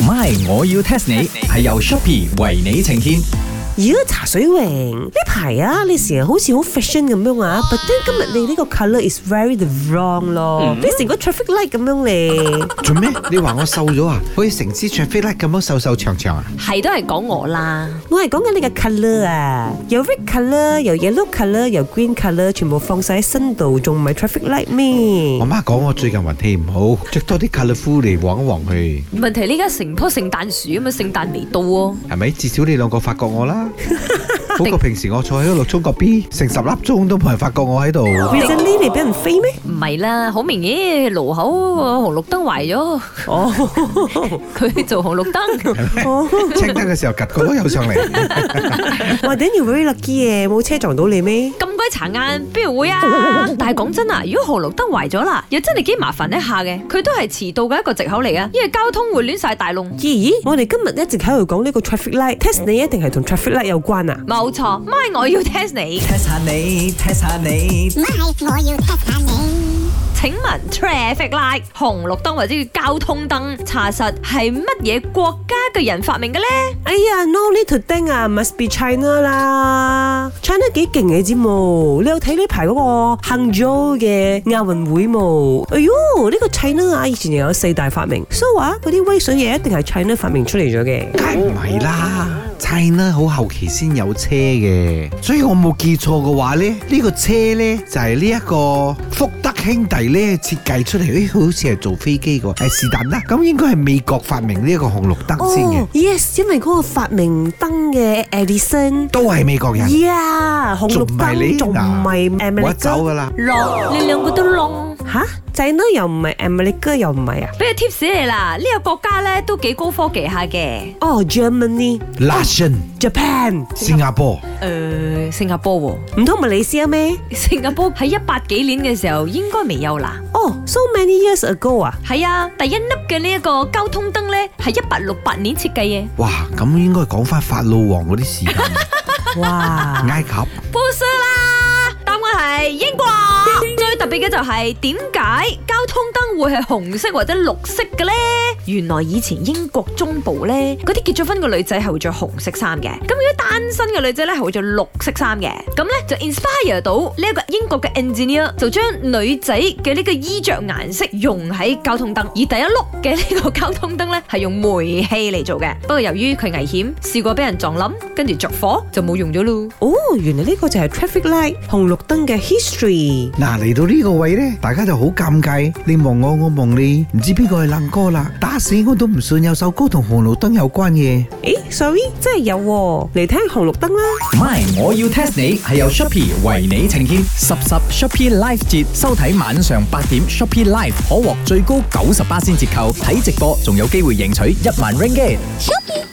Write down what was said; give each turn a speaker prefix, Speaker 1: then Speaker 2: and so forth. Speaker 1: MY，我要 test 你係由 Shopee 為你呈現。
Speaker 2: 咦，茶水榮呢排啊，你成日好似好 fashion 咁樣啊，but then 今日你呢個 colour is very the wrong 咯，你成個 traffic light 咁樣咧，
Speaker 3: 做咩？你話我瘦咗啊？好似成支長飛甩咁樣瘦瘦長長啊？
Speaker 1: 嗯
Speaker 4: 係都係講我啦，
Speaker 2: 我係講緊你嘅 colour 啊，有 red colour，有 yellow colour，有 green colour，全部放晒喺身度，仲唔係 traffic light
Speaker 3: 我
Speaker 2: 咩？
Speaker 3: 媽講我最近運氣唔好，着多啲 colourful 嚟旺一旺去，
Speaker 4: 問題呢家成棵聖誕樹咁啊，聖誕未到喎、
Speaker 3: 係咪？至少你兩個發覺我 啦，好過平時我坐喺度沖個 B，成十粒鐘都冇人發覺我喺度。
Speaker 2: Recently 你俾人飛咩？
Speaker 4: 唔係啦，好明顯路口個紅綠燈壞咗，
Speaker 2: 哦，
Speaker 4: 佢做紅綠 燈，
Speaker 2: 哦，
Speaker 3: 清燈嘅時候，趌個都有上嚟。
Speaker 2: 哇，then you very lucky 嘅，冇車撞到你咩？
Speaker 4: 咁鬼殘眼邊度會啊？但係講真啊，如果紅綠燈壞咗啦，又真係幾麻煩一下嘅，佢都係遲到嘅一個藉口嚟啊，因為交通會亂晒大龍。
Speaker 2: 咦，我哋今日一直喺度講呢個 traffic light，test 你一定係同 traffic light 有關啊？
Speaker 4: 冇錯，咪我要 test 你。
Speaker 1: test 下你，test 下你。
Speaker 5: My，我要 test 下你。
Speaker 4: 請問 traffic light 紅綠燈或者叫交通燈，查實係乜嘢國家嘅人發明嘅呢？
Speaker 2: 哎呀，no little thing 啊，must be China 啦，China 幾勁嘅知冇？你有睇呢排嗰個 Hangzhou 嘅亞運會冇？哎喲，呢個 China 啊，以前又有四大發明，so 話嗰啲威水嘢一定係 China 發明出嚟咗嘅。
Speaker 3: 梗係唔係啦，China 好後期先有車嘅，所以我冇記錯嘅話咧，呢、個車咧就係呢一個福德兄弟咧設計出嚟，誒、好似係做飛機嘅喎，誒是但啦，咁應該係美國發明呢一個紅綠燈先嘅，
Speaker 2: Oh，哦 yes，因為嗰個發明燈嘅 Edison，
Speaker 3: 都係美國人，
Speaker 2: 哎呀，紅綠
Speaker 3: 仲唔係
Speaker 2: 燈
Speaker 3: 你
Speaker 2: 仲唔係
Speaker 3: 嗱冇得走
Speaker 2: America
Speaker 3: 噶啦。
Speaker 4: 浪，你兩個都浪。
Speaker 2: 吓？China 又唔係 America 又唔係啊？
Speaker 4: 俾個 tips 你啦，呢、個國家咧都幾高科技下嘅。
Speaker 2: 哦，Germany、
Speaker 3: Russian
Speaker 2: Japan，
Speaker 3: 新加坡
Speaker 4: 誒、呃新加坡喎、
Speaker 2: 唔通馬來西亞咩？
Speaker 4: 新加坡喺一八幾年嘅時候應該未有啦。
Speaker 2: 哦，so many years ago 啊！
Speaker 4: 係啊，第一粒嘅呢一個交通燈咧係一八六八年設計嘅。
Speaker 3: 哇，咁應該講翻法老王嗰啲時間，
Speaker 2: 哇！
Speaker 3: 埃及。
Speaker 4: b u s 啦，答案係英國。最特別嘅就係點解交通燈會係紅色或者綠色嘅呢？原來以前英國中部呢，嗰啲結咗婚嘅女仔係會着紅色衫嘅，咁如果單身嘅女仔呢，係會着綠色衫嘅，咁呢，就 inspire 到呢一個英國嘅 engineer 就將女仔嘅呢個衣着顏色用喺交通燈，而第一碌嘅呢個交通燈呢，係用煤氣嚟做嘅，不過由於佢危險，試過俾人撞冧，跟住着火就冇用咗咯。
Speaker 2: 哦，原來呢個就係 traffic light 紅綠燈嘅 history。
Speaker 3: 嗱，嚟到呢個位呢，大家就好尷尬，你望我，我望你，唔知邊個係冷哥啦，打死我都唔信有首歌同紅綠燈有關嘅。
Speaker 2: 誒，sorry，真係有喎，嚟聽紅綠燈啦。
Speaker 1: My，我要 test 你係由 Shopee 為你呈現。十十 Shopee Live 節收睇晚上八點，Shopee Live 可獲最高九十八先折扣，睇直播仲有機會贏取一萬 ringgit。
Speaker 5: Shopee